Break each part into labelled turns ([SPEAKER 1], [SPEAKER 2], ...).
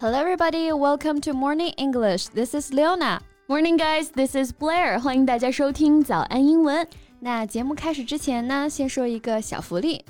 [SPEAKER 1] Hello, everybody. Welcome to Morning English. This is Leona. Morning, guys. This is Blair. 欢迎大家收听早安英文。那节目开始之前呢，先说一个小福利。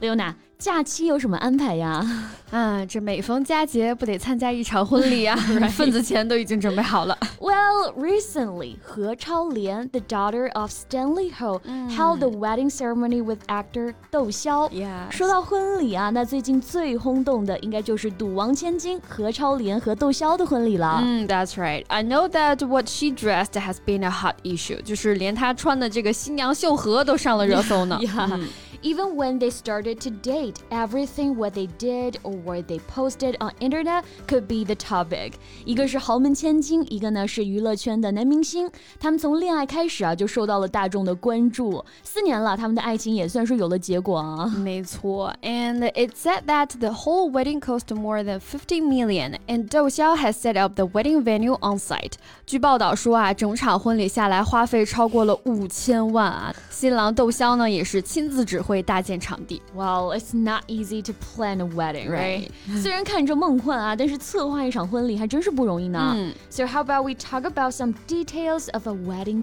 [SPEAKER 2] 刘娜，假期有什么安排呀？
[SPEAKER 1] 啊，这每逢佳节不得参加一场婚 礼呀、啊份子钱都已经准备好了。
[SPEAKER 2] Well, recently, He Chaolian, the daughter of Stanley Ho, held the wedding ceremony with actor Dou Xiao.
[SPEAKER 1] Yeah，
[SPEAKER 2] 说到婚礼啊，那最近最轰动的应该就是赌王千金何超莲和窦骁的婚礼了。
[SPEAKER 1] 嗯，That's right. I know that what she dressed has been a hot issue，就是连她穿的这个新娘秀禾都上了热搜呢。 嗯
[SPEAKER 2] Yeah. 嗯 Even when they started to date, everything what they did or what they posted on internet could be the topic. 一个是豪门千金，一个呢是娱乐圈的男明星。他们从恋爱开始啊，就受到了大众的关注。四年了，他们的爱情也算是有了结果啊。
[SPEAKER 1] 没错，and it said that the whole wedding cost more than fifty million, and Dou Xiao has set up the wedding venue on site. 据报道说啊，整场婚礼下来花费超过了五千万啊！新郎窦骁呢也是亲自指挥搭建场地。
[SPEAKER 2] Well, it's not easy to plan a wedding, right?
[SPEAKER 1] Right.
[SPEAKER 2] 虽然看着梦幻啊，但是策划一场婚礼还真是不容易呢。
[SPEAKER 1] 嗯。
[SPEAKER 2] So how about we talk about some details of a wedding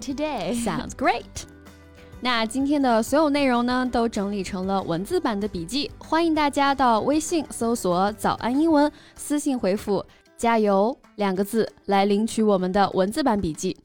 [SPEAKER 2] today?
[SPEAKER 1] Sounds great. 那今天的所有内容呢，都整理成了文字版的笔记，欢迎大家到微信搜索“早安英文”，私信回复“加油”两个字来领取我们的文字版笔记。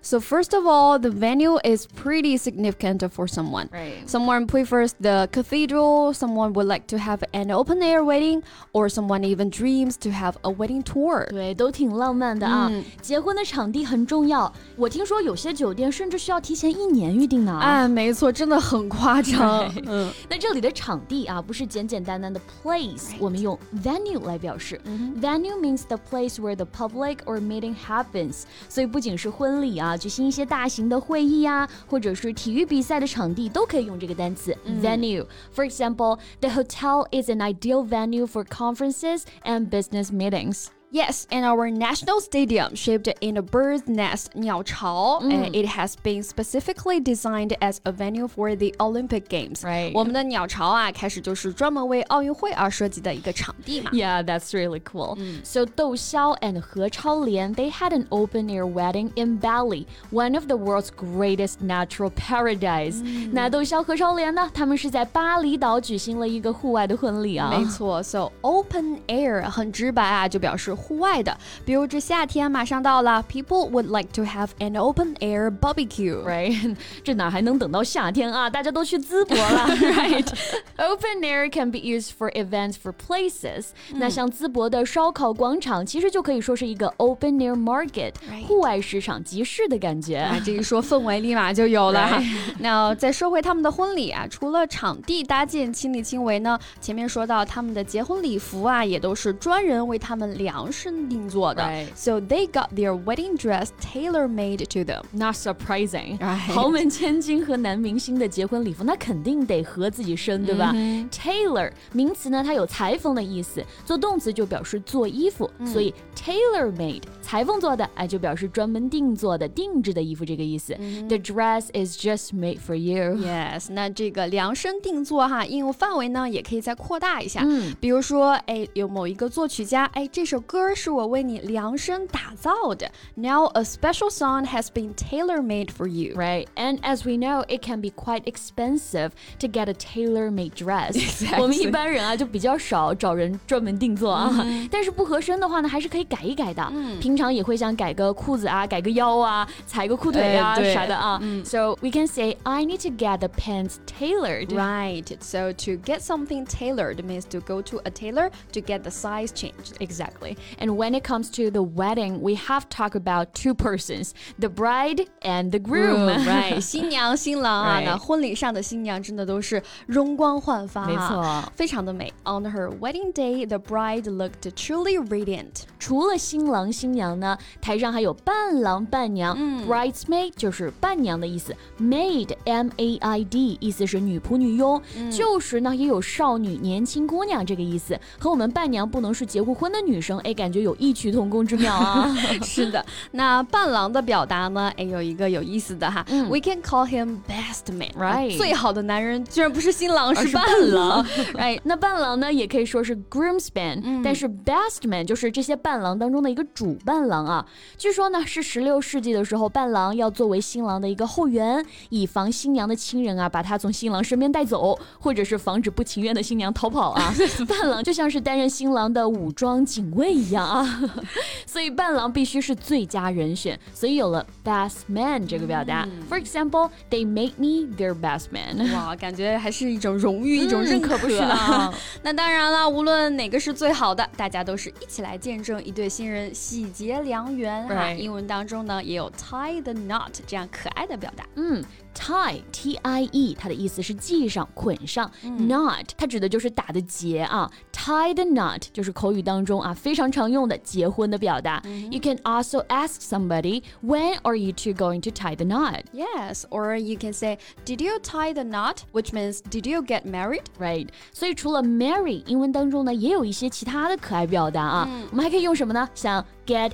[SPEAKER 1] So first of all, the venue is pretty significant for someone.
[SPEAKER 2] Right.
[SPEAKER 1] Someone prefers the cathedral, someone would like to have an open air wedding, or someone even dreams to have a wedding tour.
[SPEAKER 2] 对，都挺浪漫的啊。
[SPEAKER 1] 嗯
[SPEAKER 2] 结婚的场地很重要，我听说有些酒店甚至需要提前一年预定呢。
[SPEAKER 1] 哎，没错，真的很夸张。 嗯。
[SPEAKER 2] 那这里的场地啊，不是简简单单的 place，、我们用 venue 来表示。Venue means the place where the public or meeting happens。所以不仅是婚礼啊，举行一些大型的会议啊，或者是体育比赛的场地，都可以用这个单词、venue。For example, the hotel is an ideal venue for conferences and business meetings。
[SPEAKER 1] Yes, and our national stadium, shaped in a bird's nest 鸟巢,
[SPEAKER 2] Mm.
[SPEAKER 1] and it has been specifically designed as a venue for the Olympic Games.
[SPEAKER 2] Right.
[SPEAKER 1] 我们的鸟巢啊，开始就是专门为奥运会而设计的一个场地嘛。
[SPEAKER 2] Yeah, that's really cool. So Dou Xiao and He Chaolian, they had an open air wedding in Bali, one of the world's greatest natural paradise. 那窦骁和超莲呢？他们是在巴厘岛举行了一个户外的婚礼啊。
[SPEAKER 1] 没错，so open air 很直白啊，就表示户外的。比如这夏天马上到了，people would like to have an open air barbecue.
[SPEAKER 2] Right，这哪还能等到夏天啊？大家都去淄博了。right, open air can be used for events for places、那像淄博的烧烤广场，其实就可以说是一个 open air market，、
[SPEAKER 1] Right
[SPEAKER 2] 户外市场集市的感觉。
[SPEAKER 1] 啊，这一说氛围立马就有了。 那再说回他们的婚礼啊，除了场地搭建亲力亲为呢，前面说到他们的结婚礼服啊，也都是专人为他们量身定做的。
[SPEAKER 2] Right.
[SPEAKER 1] So they got their wedding dress tailor made to them.
[SPEAKER 2] Not surprising，
[SPEAKER 1] Right
[SPEAKER 2] 豪门千金和男明星的结婚礼服，那肯定得合自己身，对吧、t a i l o r 名词呢，它有裁缝的意思，做动词就表示做衣服，所以 tailor made 裁缝做的，哎，就表示专门定做的、定制的衣服这个意思。The dress is just made for you。
[SPEAKER 1] Yes，那这个量身定做哈，应用范围呢也可以再扩大一下。嗯，比如说，哎，有某一个作曲家，哎，这首歌是我为你量身打造的。Now a special song has been tailor made for you.
[SPEAKER 2] Right, and as we know, it can be quite expensive to get a tailor-made dress.
[SPEAKER 1] Exactly.
[SPEAKER 2] 我们一般人啊就比较少找人专门定做啊，但是不合身的话呢，还是可以改一改的。平常也会想改个裤子啊，改个腰啊，裁个裤腿啊、
[SPEAKER 1] 哎对
[SPEAKER 2] 啥的啊。So we can say I need to get the pants tailored.
[SPEAKER 1] Right. So to get something tailored means to go to a tailor to get the size changed.
[SPEAKER 2] Exactly. And when it comes to the wedding, we have talked about two persons, the bride and the groom.
[SPEAKER 1] right？新娘、新郎啊，
[SPEAKER 2] Right.
[SPEAKER 1] 那婚礼上的新娘真的都是容光焕发、啊，
[SPEAKER 2] 没错。
[SPEAKER 1] 非常的美。On her wedding day, the bride looked truly radiant。
[SPEAKER 2] 除了新郎新娘呢，台上还有伴郎伴娘、b r i d e s m a i d 就是伴娘的意思，maid m a i d 意思是女仆女佣，就是呢也有少女年轻姑娘这个意思，和我们伴娘不能是结过婚的女生，哎，感觉有异曲同工之妙啊。
[SPEAKER 1] 是的，那伴郎的表达呢？哎，有一个有意思的哈、
[SPEAKER 2] 嗯
[SPEAKER 1] w e can call him best man，、
[SPEAKER 2] Right
[SPEAKER 1] 最好的男人居然不是新郎，
[SPEAKER 2] 而是
[SPEAKER 1] 伴
[SPEAKER 2] 伴
[SPEAKER 1] 郎
[SPEAKER 2] 郎。
[SPEAKER 1] right，
[SPEAKER 2] 那伴郎呢，也可以说是 groomsman，、
[SPEAKER 1] 嗯
[SPEAKER 2] 但是 best man 就是这些伴郎当中的一个主伴郎啊。据说呢，是十六世纪的时候，伴郎要作为新郎的一个后援，以防新娘的亲人啊把他从新郎身边带走，或者是防止不情愿的新娘逃跑 啊。伴郎就像是担任新郎的武装警卫一样啊， 所以伴郎必须是最佳人选，所以有了 best man 这个表达。For example, they made me their best man，
[SPEAKER 1] 哇，感觉还是一种荣誉，一种
[SPEAKER 2] 嗯
[SPEAKER 1] 认
[SPEAKER 2] 可不是
[SPEAKER 1] 啊。
[SPEAKER 2] 啦。
[SPEAKER 1] 那当然了，无论哪个是最好的，大家都是一起来见证一对新人喜结良缘哈。
[SPEAKER 2] Right
[SPEAKER 1] 英文当中呢，也有 tie the knot 这样可爱的表达。
[SPEAKER 2] 嗯，tie t i e，它的意思是系上、捆上。
[SPEAKER 1] 嗯
[SPEAKER 2] knot 它指的就是打的结啊。tie the knot 就是口语当中啊非常常用的结婚的表达。You
[SPEAKER 1] 嗯
[SPEAKER 2] can also ask somebody when are you two going to tie the knot?
[SPEAKER 1] Yes, or you can say, "Did you tie the knot?" which means, "Did you get married?"
[SPEAKER 2] Right，所以除了 marry，英文当中呢也有一些其他的可爱表达啊。我们还可以用什么呢？像 get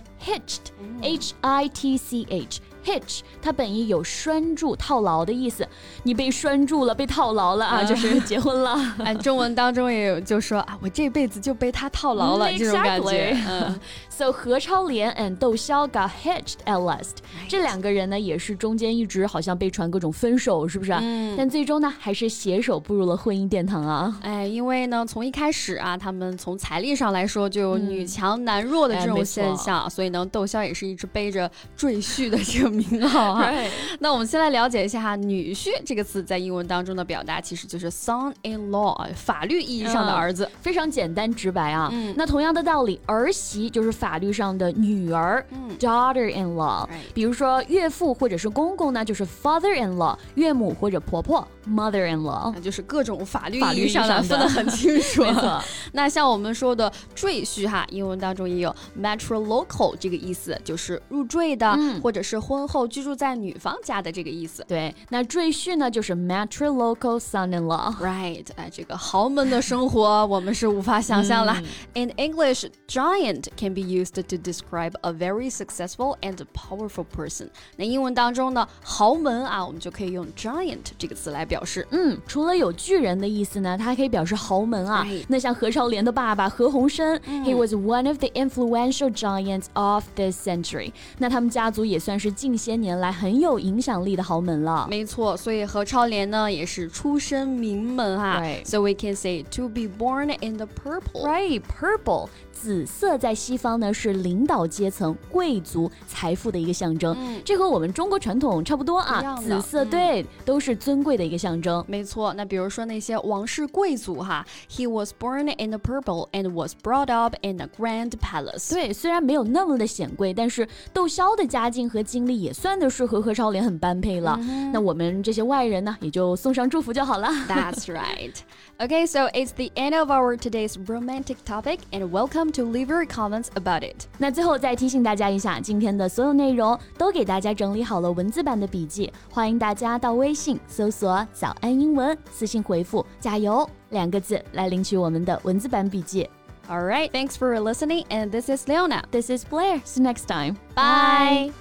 [SPEAKER 2] hitched，H、I T C H。hitch，它本意有拴住、套牢的意思，你被拴住了，被套牢了啊，就是结婚了。
[SPEAKER 1] 哎，中文当中也有就说啊，我这辈子就被他套牢了、
[SPEAKER 2] 嗯
[SPEAKER 1] 这种感觉。
[SPEAKER 2] exactly
[SPEAKER 1] 嗯
[SPEAKER 2] So 何超莲 and 窦骁 got hitched at last。这两个人呢，也是中间一直好像被传各种分手，是不是啊？但最终呢，还是携手步入了婚姻殿堂啊。
[SPEAKER 1] 哎，因为呢，从一开始啊，他们从财力上来说就有女强男弱的
[SPEAKER 2] 哎
[SPEAKER 1] 这种
[SPEAKER 2] 没错
[SPEAKER 1] 现象，所以呢，窦骁也是一直背着赘婿的这个名号 啊。那我们先来了解一下哈，女婿这个词在英文当中的表达其实就是 son-in-law，法哎律意义上的
[SPEAKER 2] 嗯
[SPEAKER 1] 儿子。
[SPEAKER 2] 非常简单直白啊。
[SPEAKER 1] 嗯
[SPEAKER 2] 那同样的道理，儿媳就是法律上的女儿、
[SPEAKER 1] 嗯
[SPEAKER 2] daughter in law
[SPEAKER 1] Right。
[SPEAKER 2] 比如说岳父或者是公公呢，就是 father in law；岳母或者婆婆 mother in law
[SPEAKER 1] 啊。就是各种法律
[SPEAKER 2] 法
[SPEAKER 1] 意
[SPEAKER 2] 律
[SPEAKER 1] 义
[SPEAKER 2] 意义
[SPEAKER 1] 上的
[SPEAKER 2] 上
[SPEAKER 1] 分
[SPEAKER 2] 的
[SPEAKER 1] 得很清楚。
[SPEAKER 2] 没错。
[SPEAKER 1] 那像我们说的赘婿哈，英文当中也有 matrilocal 这个意思，就是入赘的，
[SPEAKER 2] 嗯
[SPEAKER 1] 或者是婚后居住在女方家的这个意思。
[SPEAKER 2] 对，那赘婿呢，就是 matrilocal son-in-law。
[SPEAKER 1] Right，哎，这个豪门的生活我们是无法想象了。In English, giant can be used to describe a very successful and powerful person。那英文当中呢，豪门啊，我们就可以用 giant 这个词来表示。
[SPEAKER 2] 嗯，除了有巨人的意思呢，它还可以表示豪门啊。
[SPEAKER 1] 哎
[SPEAKER 2] 那像何超莲的爸爸何鸿燊、h
[SPEAKER 1] 嗯
[SPEAKER 2] e was one of the influential giants of this century。那他们家族也算是近些年来很有影响力的豪门了。
[SPEAKER 1] 没错，所以何超莲呢也是出身名门哈、
[SPEAKER 2] Right
[SPEAKER 1] So we can say to be born in the purple。
[SPEAKER 2] Right, purple，紫色在西方呢是领导阶层、贵族、财富的一个象征，这和我们中国传统差不多
[SPEAKER 1] 嗯一样
[SPEAKER 2] 啊。
[SPEAKER 1] 的嗯
[SPEAKER 2] 紫色对、都是尊贵的一个象征。
[SPEAKER 1] 没错，那比如说那些王室贵族哈，He was born in the purple and was brought up in a grand palace。
[SPEAKER 2] 对，虽然没有那么的显贵，但是窦骁的家境和经历也算得是和何超莲很般配了。那我们这些外人呢，也就送上祝福就好了。
[SPEAKER 1] That's right. Okay, so it's the end of our today's romantic topic, and welcome to leave your comments about it.
[SPEAKER 2] 那最后再提醒大家一下，今天的所有内容都给大家整理好了文字版的笔记，欢迎大家到微信搜索“早安英文”，私信回复“加油”两个字来领取我们的文字版笔记。
[SPEAKER 1] All right, thanks for listening, and this is Leona.
[SPEAKER 2] This is Blair. See you next time.
[SPEAKER 1] Bye.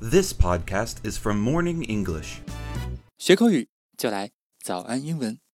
[SPEAKER 3] This podcast is from Morning English.
[SPEAKER 4] 学口语就来早安英文。